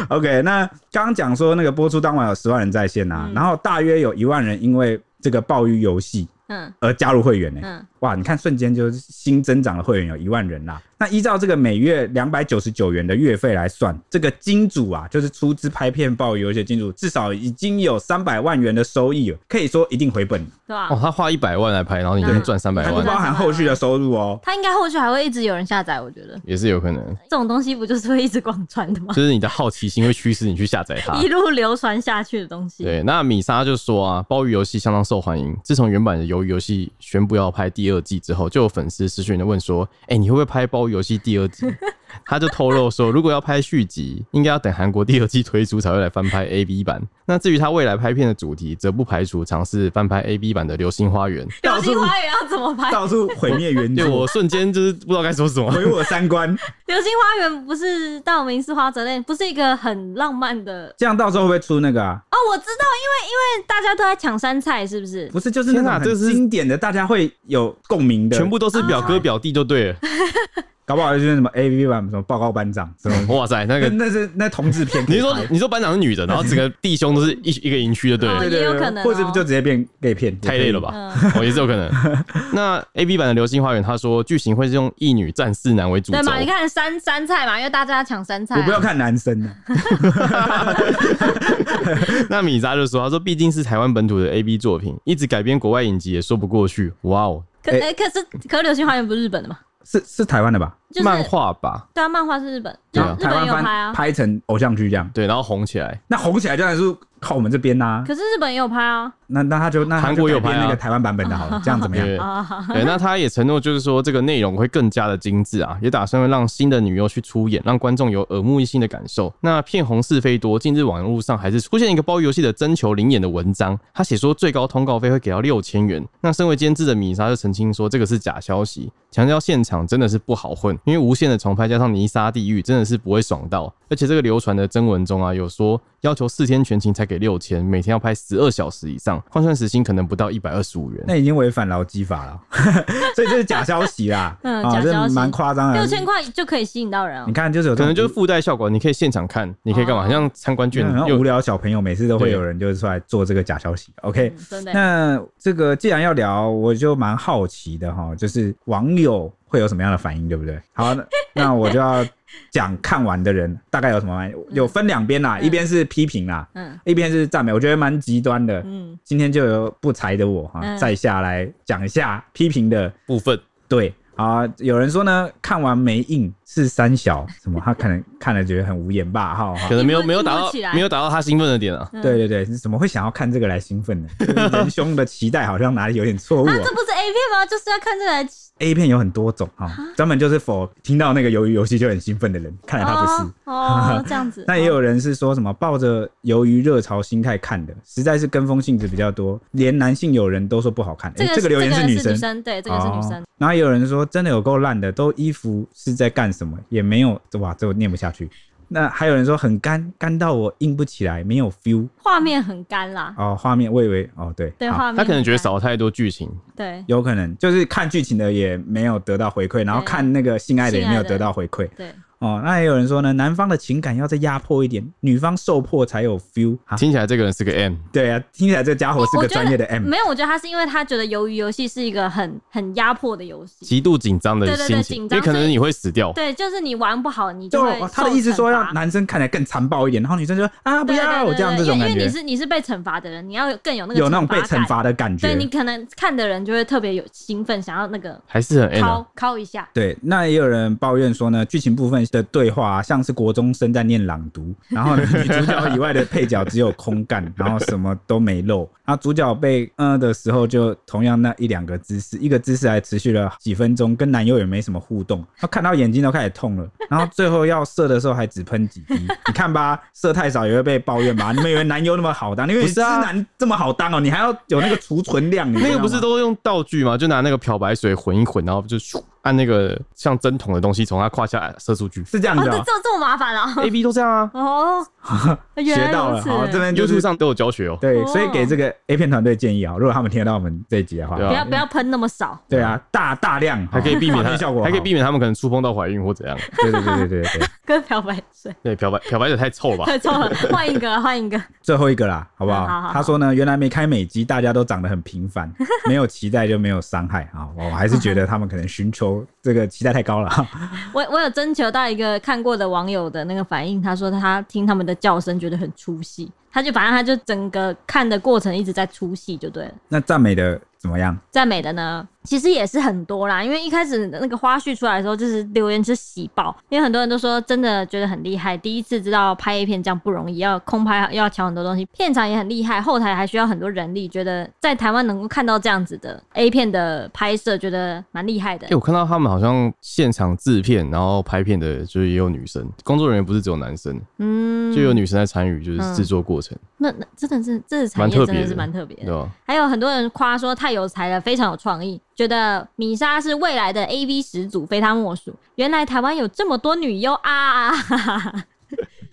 C: OK，那刚刚讲说那个播出当晚有十万人在
B: 嗯
C: 线啊，然后大约有一万人因为这个鲍鱼游戏
A: 嗯
C: 而加入会员呢、
A: 嗯，
C: 哇，你看瞬间就新增长的会员有一万人啦。那依照这个每月两百九十九元的月费来算，这个金主啊，就是出资拍片鲍鱼游戏的金主，至少已经有三百万元的收益了，可以说一定回本，
A: 对吧、
B: 哦，他花一百万来拍，然后你就
A: 对
B: 赚三百
C: 还不
A: 对
B: 万，
C: 包含后续的收入哦。
A: 它应该后续还会一直有人下载，我觉得
B: 也是有可能。
A: 这种东西不就是会一直广传的吗？。
B: 就是你的好奇心会驱使你去下载它
C: 啊
A: 一路流传下去的东西。
B: 对，那米莎就说啊，鲍鱼游戏相当受欢迎。自从原版的鱿鱼游戏宣布要拍第二季之后，就有粉丝私讯的问说：“哎、你会不会拍鲍鱼游戏第二集？” 他就透露说，如果要拍续集，应该要等韩国第二季推出才会来翻拍 A B 版。那至于他未来拍片的主题，则不排除尝试翻拍 A B 版的《流星花园》。
A: 流星花园要怎么拍？
C: 到处毁灭原
B: 对
C: 著
B: 我，瞬间就是不知道该说什么。
C: 毁我三观。
A: 流星花园不是道明寺花泽类，不是一个很浪漫的
C: 这样到时候会不会出那个啊？
A: 哦。我知道，因为因为大家都在抢山菜，是不是？
C: 不是，就是那
B: 天
C: 种
B: 哪
C: 很
B: 这是
C: 经典的，大家会有共鸣的，
B: 全部都是表哥表弟就对了。
C: 搞不好就是什么 A V 版，什么报告班长，什么
B: 哇 塞，那
C: 那
B: 个
C: 那是那同志片可
B: 你
C: 以
B: 说
C: 拍，
B: 你说班长是女的，然后整个弟兄都是一一个营区的，对了。
A: 哦
C: 对
A: 也
C: 对
A: 有
C: 对
A: 可能哦
C: 或者就直接变 gay 片，
B: 太累了
A: 嗯
B: 吧？哦，也是有可能。 那 A B 版的《流星花园》，他说剧情会是用一女战四男为主轴
A: 对，嘛？你看山山菜嘛，因为大家抢山菜、
C: 我不要。看男生啊，
B: 那米莎就说，他说毕竟是台湾本土的 A B 作品，一直改编国外影集也说不过去。哇哦，
A: 可哎、可是可是流星花园不是日本的嘛？
C: 是是台湾的吧？
A: 就是
B: 漫画吧？
A: 对啊，漫画是日本，就
B: 对
A: 是
B: 啊
A: 日
C: 台
A: 本
C: 湾
A: 有
C: 翻
A: 拍啊。
C: 拍成偶像剧这样，
B: 对，然后红起来。
C: 那红起来当然是靠我们这边呐。
A: 可是日本也有拍啊
C: 那那他就那他就
B: 韩国有拍
C: 改
B: 啊
C: 编那个台湾版本的 好了，这样怎么样？
B: 对
A: 啊！
B: 对，那他也承诺，就是说这个内容会更加的精致啊，也打算会让新的女优去出演，让观众有耳目一新的感受。那片红是非多，近日网络上还是出现一个包游戏的征求灵眼的文章，他写说最高通告费会给到六千元。那身为监制的米莎就澄清说，这个是假消息，强调现场真的是不好混，因为无限的重拍加上泥沙地狱，真的是不会爽到。而且这个流传的征文中啊，有说要求四天全勤才给六千，每天要拍十二小时以上，换算时薪可能不到一百二十五元。
C: 那已经违反劳基法了， 所以这是假消息啦，
A: 嗯
C: 啊，
A: 假
C: 这
A: 消息
C: 蛮夸张的。
A: 六千块就可以吸引到人哦
C: 你。看就是有这
B: 可
C: 种嗯
B: 能就是附带效果，你可以现场看，你可以干嘛？
A: 哦
B: 像参观券
C: 然后
B: 又
C: 无聊小朋友每次都会
B: 对
C: 有人就是出来做这个假消息。OK，
A: 嗯真的。
C: 那这个既然要聊，我就蛮好奇的哈，就是网友会有什么样的反应，对不对？好， 那那我就要讲看完的人大概有什么反应，有分两边啦，
A: 嗯
C: 一边是批评啦，
A: 嗯
C: 一边是赞美，我觉得蛮极端的。
A: 嗯，
C: 今天就由不才的我哈，
A: 嗯
C: 在下来讲一下批评的
B: 部分
A: 哦
C: 对啊，有人说呢，看完没印是三小什么，他可能 看了觉得很无言吧，哈。哈
B: 可能没有
A: 一摸
B: 没有达
A: 一摸
B: 到
A: 起来
B: 没有达到他兴奋的点啊。
A: 嗯
C: 对对对，你怎么会想要看这个来兴奋呢？仁兄的期待好像哪里有点错误、
A: 啊，
C: 哦。
A: 这不是 A 片吗？就是要看这来
C: A 片有很多种哈，专门就是否听到那个鱿鱼游戏就很兴奋的人，看来哎他不是。
A: 哦哦，这样子。
C: 那也有人是说什么抱着鱿鱼热潮心态看的，实在是跟风性质比较多，连男性友人都说不好看。
A: 这
C: 诶
A: 个
C: 哎这个留言
A: 是
C: 女
A: 生，
C: 生，
A: 对，这个是女生
C: 哦。然后也有人说真的有够烂的，都衣服是在干什么？也没有哇，这我念不下去。那还有人说很干，干到我硬不起来，没有 feel
A: 画面很干啦，
C: 哦，画面我以为哦对，
A: 对
C: 好
A: 画面很干，
B: 他可能觉得少了太多剧情，
A: 对
C: 有可能就是看剧情的也没有得到回馈，然后
A: 对
C: 看那个性爱的也没
A: 性
C: 有
A: 爱的
C: 得到回馈。
A: 对，
C: 哦，那也有人说呢，男方的情感要再压迫一点，女方受迫才有 feel 啊。
B: 听起来这个人是个 M，
C: 对啊，听起来这家伙是
A: 我
C: 个
A: 觉得
C: 专业的 M，
A: 没有，我觉得他是因为他觉得鱿鱼游戏是一个很很压迫的游戏，
B: 极度紧张的
A: 对对对
B: 心
A: 紧
B: 情，
A: 张
B: 也可能你会死掉。
A: 对，就是你玩不好，你
C: 就
A: 会
C: 哦他的意思说
A: 欸受惩
C: 要
A: 罚
C: 男生看起来更残暴一点，然后女生就说啊不
A: 对对
C: 要
A: 对
C: 这样
A: 对
C: 这种
A: 因为
C: 感
A: 因为
C: 觉
A: 你，是你是被惩罚的人，你要有更有那个
C: 有那种被
A: 感
C: 惩，罚的感
A: 对
C: 觉
A: 你。可能看的人就会特别有兴奋，想要那个
B: 还是很
C: 哎
B: M，啊
A: 敲敲一下。
C: 对，那也有人抱怨说呢，剧情部分的对话、啊、像是国中生在念朗 读，然后呢女主角以外的配角只有空干，然后什么都没漏。然后主角被嗯、呃的时候，就同样那一两个姿势，一个姿势还持续了几分钟，跟男友也没什么互动。他看到眼睛都开始痛了，然后最后要射的时候还只喷 几滴。你看吧，射太少也会被抱怨吧？你们以为男优那么好当？你以为
B: 不是
C: 直
B: 啊
C: 男这么好当哦？你还要有那个储存量？你知
B: 那
C: 道
B: 个
C: 吗
B: 不是都用道具吗？就拿那个漂白水混一混，然后就咻按那个像针筒的东西从他胯下射出去。
C: 是这样
A: 哦，
C: 子
A: 这
C: 哦？
A: 这这么麻烦啊！
B: A B 都这样啊，
A: 哦，原
C: 学
A: 来
C: 到
A: 如
C: 了。
A: 此，
C: 好，这边 就
B: YouTube
C: 是
B: 上都有教学哦。
C: 对，
A: 哦
C: 所以给这个 A 片团队建议啊，如果他们听得到我们这一集的话
B: 对，
A: 不
B: 啊
A: 要不要喷那么少，
C: 对啊，大大量
B: 还可以避免
C: 好
B: 他，
C: 哦效果好，
B: 还可以避免他们可能触碰到怀孕或怎样。
C: 对对对对对对，
A: 跟漂白水。
B: 对，漂白漂白水太臭 了吧？
A: 太错了，换一个，换一个。
C: 最后一个啦，好不好？
A: 嗯好好好
C: 他说呢，原来没开美机，大家都长得很平凡，没有期待就没有伤害啊。我我还是觉得他们可能寻求这个期待太高了。
A: 我我有征求到一个看过的网友的那个反应，他说他听他们的叫声觉得很出戏，他就反正他就整个看的过程一直在出戏就对了。
C: 那赞美的怎么样？
A: 赞美的呢，其实也是很多啦，因为一开始那个花絮出来的时候，就是留言是喜爆，因为很多人都说真的觉得很厉害，第一次知道拍 A 片这样不容易，要空拍又要调很多东西，片场也很厉害，后台还需要很多人力，觉得在台湾能够看到这样子的 A 片的拍摄，觉得蛮厉害的
B: 哎、。我看到他们好像现场制片，然后拍片的，就是也有女生，工作人员不是只有男生，
A: 嗯，
B: 就有女生在参与，就是制作过程，
A: 那那真的是这个产
B: 蛮
A: 业
B: 特
A: 真的
B: 别
A: 是
B: 的
A: 蛮特别的
B: 对。吧？
A: 还有很多人夸说太有才了，非常有创意，觉得米莎是未来的 A V 始祖，非她莫属。原来台湾有这么多女优啊！ 哈哈哈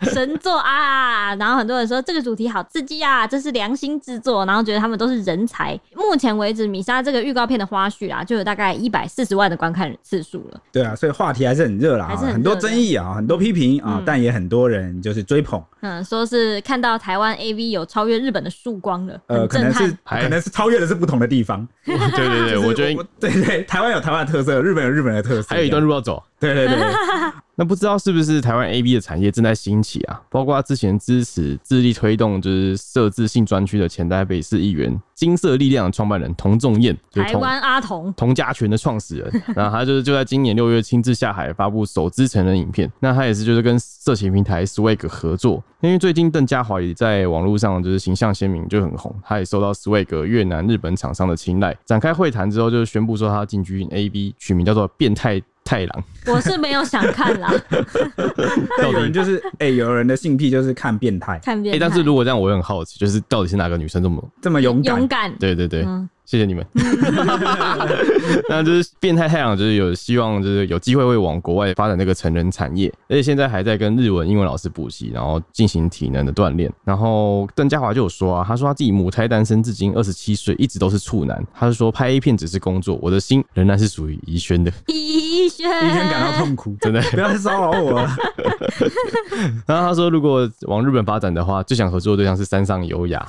A: 神作啊！然后很多人说这个主题好刺激啊，这是良心制作，然后觉得他们都是人才。目前为止，米莎这个预告片的花絮啊，就有大概一百四十万的观看次数了。
C: 对啊，所以话题还是很热啦，
A: 还是很热的
C: 很多争议啊，很多批评啊，
A: 嗯
C: 但也很多人就是追捧。
A: 嗯，说是看到台湾 A V 有超越日本的曙光了，
C: 呃，
A: 很
C: 可
A: 震
C: 能是
A: 撼。
B: 还
C: 可能是超越的是不同的地方。
B: 对对对，
C: 就是
B: 我觉得
C: 对对，台湾有台湾的特色，日本有日本的特色。
B: 还有一段路要走。
C: 对对 对，
B: 那不知道是不是台湾 A B 的产业正在兴起啊？包括之前支持致力推动就是设置性专区的前台北市议员金色力量的创办人童仲彦，就是
A: 台
B: 童
A: 湾阿童，
B: 童家拳的创始人， 然后他就是就在今年六月亲自下海发布首支成人影片。那他也是就是跟色情平台 Swag 合作，因为最近邓家华也在网络上就是形象鲜明就很红，他也受到 Swag 越南、日本厂商的青睐。展开会谈之后，就是宣布说他进军 AB，取名叫做变态太郎。
A: 我是没有想看 啦，
C: 但有人就是哎，有人的性癖就是看变态，
A: 看
B: 哎、
A: 变态。
B: 但是如果这样，我也很好奇，就是到底是哪个女生这么
C: 这么勇敢
A: 勇。敢，
B: 对对对，
A: 嗯
B: 谢谢你们。 那就是变态太阳，就是有希望，就是有机会会往国外发展这个成人产业，而且现在还在跟日文、英文老师补习，然后进行体能的锻炼。然后邓家华就有说啊，他说他自己母胎单身，至今二十七岁，一直都是处男。他就说拍 A 片只是工作，我的心仍然是属于宜轩的，
A: 医轩，
C: 一天感到痛 苦，
B: 真的。
C: 不要再骚扰我了。
B: 然后他说，如果往日本发展的话，最想合作的对象是山上优雅。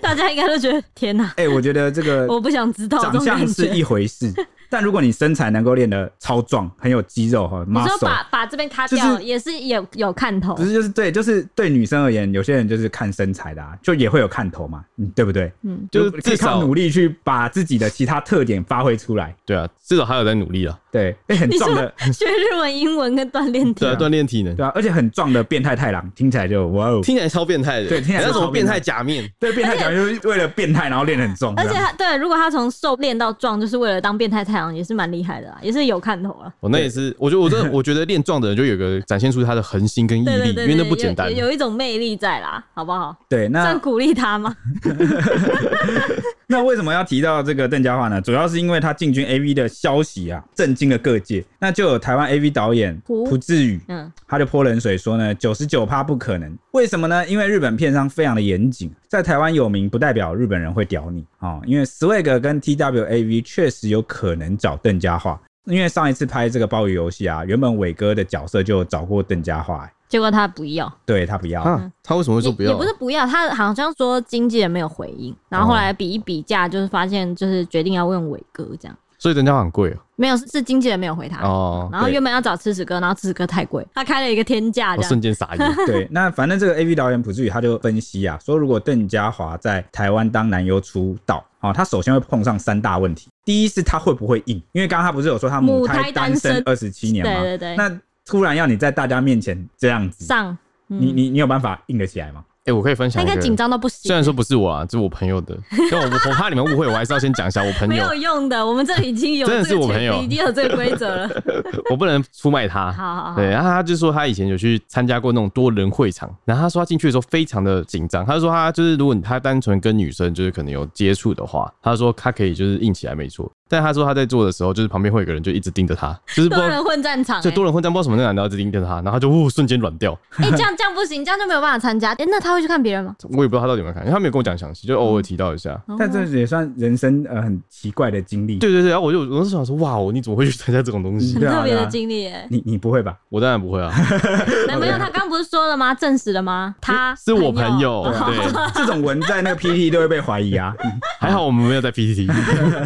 A: 大家应该都觉得天哪，
C: 哎，我觉得这个
A: 我不想知道这
C: 长
A: 种感
C: 相是
A: 觉。
C: 一回事，但如果你身材能够练得超壮，很有肌肉哈
A: 你说
C: ，muscle，
A: 把把这边卡
C: 就
A: 掉，
C: 是
A: 也是有有看头
C: 不，是就是对，就是对女生而言，有些人就是看身材的、啊，就也会有看头嘛，嗯，对不对？
A: 嗯，
B: 就是
C: 可以
B: 至
C: 靠
B: 少
C: 努力去把自己的其他特点发挥出来。
B: 对啊，至少还有在努力啊，
C: 对，哎、很
A: 你说
C: 壮的，
A: 学日文、英文跟锻炼体
B: 对，啊，锻炼体能。
C: 对啊，而且很壮的变态太郎，听起来就哇哦，
B: 听起来超变态的，
C: 对听起来
B: 那
C: 超
B: 种
C: 变
B: 变
C: 态
B: 态假面，
C: 对，变态讲就是为了变态，然后练得很重，
A: 而且
C: 这样
A: 他对，如果他从瘦练到壮，就是为了当变态太阳，也是蛮厉害的啊，也是有看头啊。
B: 我那也是，我觉得我这我觉得练壮的人就有个展现出他的恒心跟毅
A: 对
B: 力，
A: 对
B: 因
A: 对
B: 为
A: 对，
B: 那不简单
A: 有。有有嗯一种魅力在啦，好不好？
C: 对，那
A: 算鼓励他吗？
C: 那为什么要提到这个邓家华呢？主要是因为他进军 AV 的消息啊，震惊了各界。那就有台湾 AV 导演
A: 胡
C: 朴志宇，
A: 嗯，
C: 他就泼冷水说呢，九十九趴不可能。为什么呢？因为日本片商非常的严谨，在台湾有名不代表日本人会屌你啊、哦。因为 Swag 跟 TWAV 确实有可能找邓家华，因为上一次拍这个鲍鱼游戏啊，原本伟哥的角色就找过邓家华、欸
A: 结果他不要，
C: 对他不要。
B: 啊，他为什么会说不
A: 也
B: 要啊
A: 也不？是不要，他好像说经纪人没有回应，然后后来比一比价，就是发现就是决定要问伟哥这样，
B: 所以人家很贵哦
A: 没有是是经纪人没有回他。
B: 哦，
A: 然后
C: 对
A: 原本要找吃屎哥，然后吃屎哥太贵，他开了一个天价
B: 我
A: 这样。
B: 瞬间傻眼。
C: 对，那反正这个 A V 导演朴志宇他就分析啊，说如果邓家华在台湾当男优出道，哦，他首先会碰上三大问题。第一是他会不会硬，因为刚刚他不是有说他母
A: 母胎单
C: 胎单身
A: 身
C: 二十七年吗？
A: 对对对
C: 那突然要你在大家面前这样子，
A: 上，嗯
C: 你你你有办法硬得起来吗？
B: 哎，我可以分
A: 他
B: 享
A: 应
B: 一
A: 该紧
B: 个，
A: 张到不行
B: 虽，然说不是我啊，这是我朋友 的，但我我怕你们误会，我还是要先讲一下我朋
A: 没
B: 友
A: 有，用的。我们这里已经有
B: 真
A: 这个
B: 的是我朋友
A: 前提已经有这个规则了。
B: 我不能出卖他。
A: 好好好，
B: 对，然后他就说他以前有去参加过那种多人会场，然后他说他进去的时候非常的紧张，他说他就是如果你他单纯跟女生就是可能有接触的话，他说他可以就是硬起来没错，但他说他在做的时候，就是旁边会有个人就一直盯着他，就是不知
A: 多
B: 道
A: 人混战场、欸，
B: 就多人混战，不知道什么那男的一直盯着他，然后他就呜瞬间软掉。
A: 哎、这样这样不行，这样就没有办法参加。哎、那他会去看别人吗？
B: 我也不知道他到底有没有看，因为他没有跟我讲详细，就偶尔提到一下。
A: 嗯哦
C: 但这也算人生呃很奇怪的经历。
B: 对对对，然后我就我是想说，哇，你怎么会去参加这种东西？
A: 很
C: 对啊
A: 特别
C: 对
A: 的
C: 啊
A: 经历、欸，
C: 你你不会吧？
B: 我当然不会啊，
A: 那没有，他刚不是说了吗？证实了吗？他
B: 是我朋， 友，
C: 对啊
B: 对，
C: 这种文在那个 PPT 都会被怀疑啊。
B: 还好我们没有在 PPT。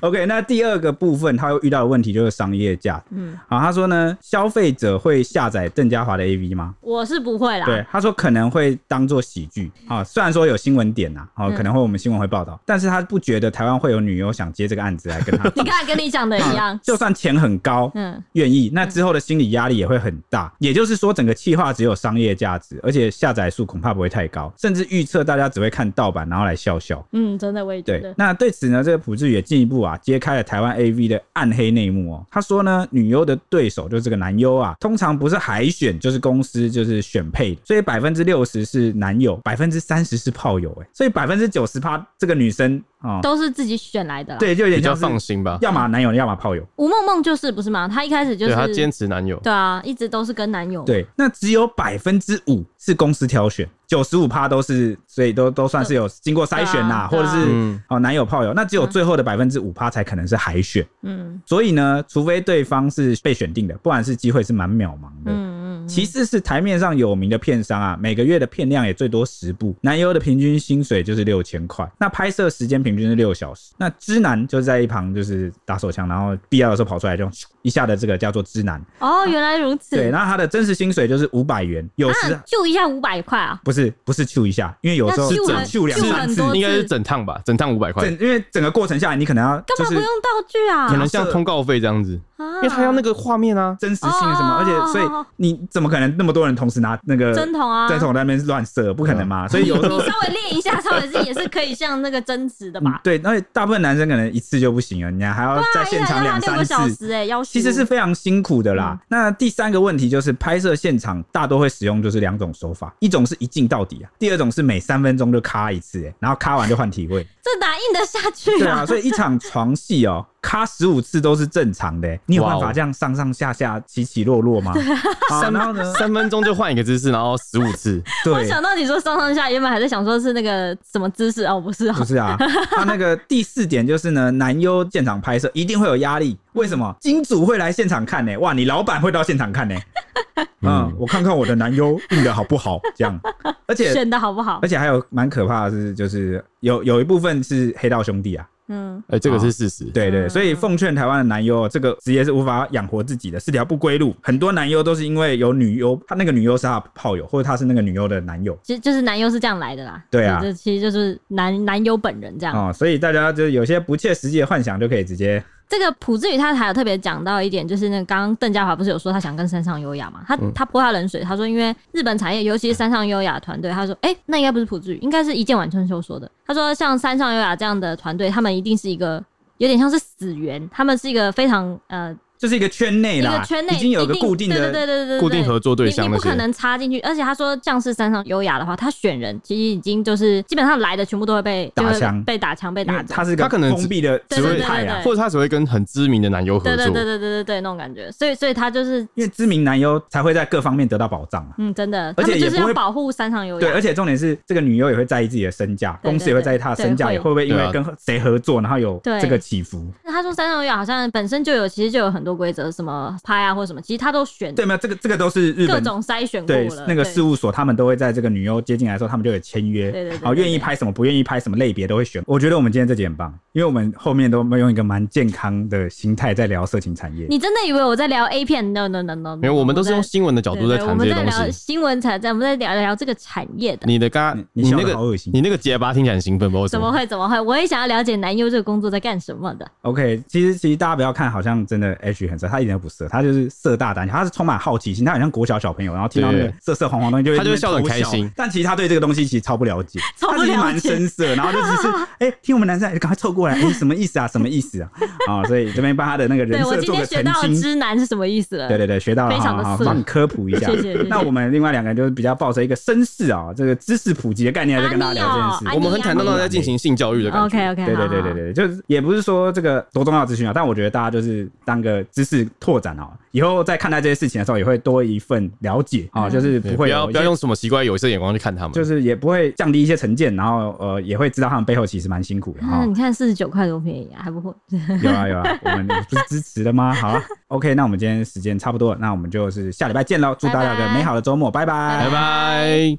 C: OK，那第二个部分他会遇到的问题就是商业价值。
A: 嗯，
C: 好，他说呢，消费者会下载邓家华的 AV 吗？
A: 我是不会啦。
C: 对，他说可能会当做喜剧啊、虽然说有新闻点呐、啊，哦，
A: 嗯，
C: 可能会我们新闻会报道，但是他不觉得台湾会有女优想接这个案子来跟他
A: 你看跟你讲的一样，
C: 就算钱很高，
A: 嗯，
C: 愿意，那之后的心理压力也会很大。也就是说，整个企划只有商业价值，而且下载数恐怕不会太高，甚至预测大家只会看盗版，然后来笑笑。
A: 嗯，真的我也觉
C: 对
A: 得，，
C: 那对此呢，这个朴智也进一步啊揭开了台湾 AV 的暗黑内幕哦。他说呢，女优的对手就是这个男优啊，通常不是海选就是公司就是选配的，所以百分之六十是男友，百分之三十是炮友，哎，所以百分之九十趴这个女生哦，
A: 都是自己选来的啦。
C: 对，就有
B: 比
C: 点
B: 较
C: 像是
B: 放心吧。
C: 要么男友，要么炮友。
A: 吴梦梦就是不是嘛？她一开始就
B: 对
A: 是
B: 他坚持男友，
A: 对啊，一直都是跟男友。，
C: 对，那只有百分之五是公司挑选，九十五趴都是，所以都都算是有经过筛选啦，
A: 对
C: 或
A: 啊
C: 者是、
B: 嗯
C: 哦男友炮友，那只有最后的百分之五趴才可能是海选。
A: 嗯
C: 所以呢，除非对方是被选定的，不然是机会是蛮渺茫的。
A: 嗯嗯，
C: 其次是台面上有名的片商啊，每个月的片量也最多十部，男优的平均薪水就是六千块，那拍摄时间平均是六小时。那知男就在一旁就是打手枪，然后必要的时候跑出来就咻一下的这个叫做知男。
A: 哦，原来如此。
C: 对，那他的真实薪水就是五百元，有时、
A: 啊，就一下五百块啊，
C: 不是不是 Q 一下，因为有时候
A: 那 Q
C: 整
A: 很
C: Q 两
A: 是 Q
C: 三
A: 很
C: 次
A: 多，
B: 应该是整趟吧，整趟五百块
C: 整，因为整个过程下来你可能要
A: 干
C: 就
A: 嘛不
C: 是
A: 用道具啊？
B: 可能像通告费这样子，
A: 啊
B: 因为他要那个画面啊。
C: 真实性什么，
A: 哦
C: 而且所以你怎么可能那么多人同时拿那个
A: 针筒啊，嗯
C: 在从那边乱射，不可能嘛。所以有时
A: 你
C: 候
A: 稍微练一下，稍微是也是可以像那个真实的吧？
C: 对，而且大部分男生可能一次就不行了，你还要嗯在现
A: 嗯
C: 场
A: 对啊
C: 两
A: 一下要
C: 三
A: 六个小
C: 次。
A: 时嗯哎，要
C: 其实是非常辛苦的啦。那第三个问题就是，拍摄现场大多会使用就是两种手法，一种是一镜到底啊，第二种是每三分钟就咔一次、欸，然后咔完就换 体位。
A: 这哪硬得下去
C: 对啊，所以一场床戏哦，咔十五次都是正常的、欸你有办
B: 哇
C: 法
B: 哦
C: 这样上上下下起起落落吗？ 好
B: 三
C: 然后呢？
B: 三分钟就换一个姿势，然后十五次，
A: 我
C: 对，
A: 想到你说上上下，原本还在想说是那个什么姿势哦，不是哦
C: 不，是 啊，他那个第四点就是呢，男优现场拍摄一定会有压力，为什
A: 嗯
C: 么？金主会来现场看呢、哇，你老板会到现场看呢、嗯，
B: 嗯
C: 我看看我的男优硬的好不好，这样。而且
A: 选的好不好
C: 而？且还有蛮可怕的是，就是有有一部分是黑道兄弟啊，
A: 嗯，
B: 哎，这个是事实。
C: 对对，
A: 嗯
C: 所以奉劝台湾的男优，这个职业是无法养活自己的，是条不归路。很多男优都是因为有女优，他那个女优是他的炮友，或者他是那个女优的男友。
A: 其实就是男优是这样来的啦。
C: 对啊
A: 这其实就是男男优本人这样。
C: 哦，所以大家就有些不切实际的幻想，就可以直接
A: 这个朴志宇他还有特别讲到一点，就是那个刚刚邓家华不是有说他想跟山上优雅嘛？他、
C: 嗯
A: 他泼他冷水，他说因为日本产业，尤其是山上优雅团队，他说哎、诶那应该不是朴志宇，应该是一见晚春秋说的。他说像山上优雅这样的团队，他们一定是一个有点像是死源，他们是一个非常呃
C: 就是一个圈内
A: 一
C: 啦，
A: 个圈内
C: 嗯已经有一个
A: 定
C: 固定的
A: 对对对对对对
B: 固定合作对象
A: 你你不
B: 那些
A: 可能插进去。而且他说像是山上优雅的话，他选人其实已经就是基本上来的全部都会被
C: 打
A: 就是
C: 枪
A: 被打枪、被
C: 因
A: 打
C: 为
A: 走。
C: 他是一个
B: 他可能只
C: 封闭的啊
A: 对
C: 职
A: 对
C: 位
A: 对
C: 派
A: 对
C: 啦
A: 对。
B: 或者他只会跟很知名的男优合
A: 对对
B: 作
A: 对，对对对对，那种感觉，所以所以他就是
C: 因为知名男优才会在各方面得到保障啊。
A: 嗯，真的，他
C: 而且
A: 们就
C: 也
A: 是
C: 不
A: 要
C: 会
A: 保护山上优
C: 对，
A: 雅。
C: 而且重点是，这个女优也会在意自己的身价，
A: 啊对对
C: 公司也会在意她的身价，
A: 对
C: 也会不会因
B: 对啊
C: 为跟谁合作，然后有
A: 对
C: 这个起伏？
A: 他说山上优雅好像本身就有，其实就有很多规则，什么拍啊或什么，其实他都选
C: 对，没有这个这个都是日
A: 各
C: 本
A: 种筛选过
C: 对
A: 了。
C: 那个事
A: 对
C: 务所，他们都会在这个女优接进来的时候，他们就有签约，
A: 对对对对
C: 好愿意拍什么，不愿意拍什么类别都会选。我觉得我们今天这集很棒，因为我们后面都没有用一个蛮健康的心态在聊色情产业。
A: 你真的以为我在聊 A 片？No No No No，
B: 没有，我们都是用新闻的角度在
A: 我
B: 谈这
A: 们
B: 些
A: 在
B: 东
A: 聊
B: 西。
A: 新闻产，在我们在聊聊这个产业的。
B: 你的刚
C: 你，你
B: 你
C: 笑
B: 那
C: 得好
B: 个
C: 恶心
B: 你那个结巴听起来很兴奋，不知道为什
A: 怎么
B: 么。
A: 会？怎么会？我也想要了解男优这个工作在干什么的。
C: OK，其实其实大家不要看，好像真的许很色，他一点都不色，他就是色大胆小，他是充满好奇心，他好像国小小朋友，然后听到那
B: 对
C: 个色色黄黄东西就会
B: 他就会笑得很开心
C: 在那边偷笑但其实他对这个东西其实超不了解，
A: 超不了
C: 他
A: 解
C: 其实蛮深色，然后就 只是哎、听我们男生哎赶快凑过来，哎、什么意思啊？什么意 思啊？啊、所以这边帮他的那个人
A: 对我
C: 设
A: 今
C: 做
A: 天
C: 个
A: 学
C: 澄
A: 到了
C: 清。
A: 知男是什么意思了？
C: 对对对，学到了，
A: 非常
C: 好
A: 的
C: 好
A: 色
C: 帮你科普一下。
A: 谢谢谢谢
C: 那我们另外两个就是比较抱着一个绅士啊、这个知识普及的概念来跟大家聊这件
A: 安
C: 事。
A: 妮哦安妮
B: 我们很坦荡荡在进行性教育的感觉。
A: ，OK OK，
C: 对对对对对，就是也不是说这个多重要的资讯啊，但我觉得大家就是当个知识拓展啊，以后在看待这些事情的时候也会多一份了解啊，
A: 嗯
C: 就是不
B: 对
C: 会
B: 不要
C: 有一
B: 不
C: 些
B: 要用什么奇怪有色眼光去看他们，
C: 就是也不会降低一些成见，然后呃也会知道他们背后其实蛮辛苦的
A: 啊，
C: 哈
A: 你。看四十九块多便宜啊，还不会。
C: 有啊有啊，我 们不是支持的吗？好啊，OK，那我们今天时间差不多了，那我们就是下礼拜见喽，祝大家有
A: 拜
C: 个
A: 拜
C: 美好的周末，拜拜
B: 拜拜。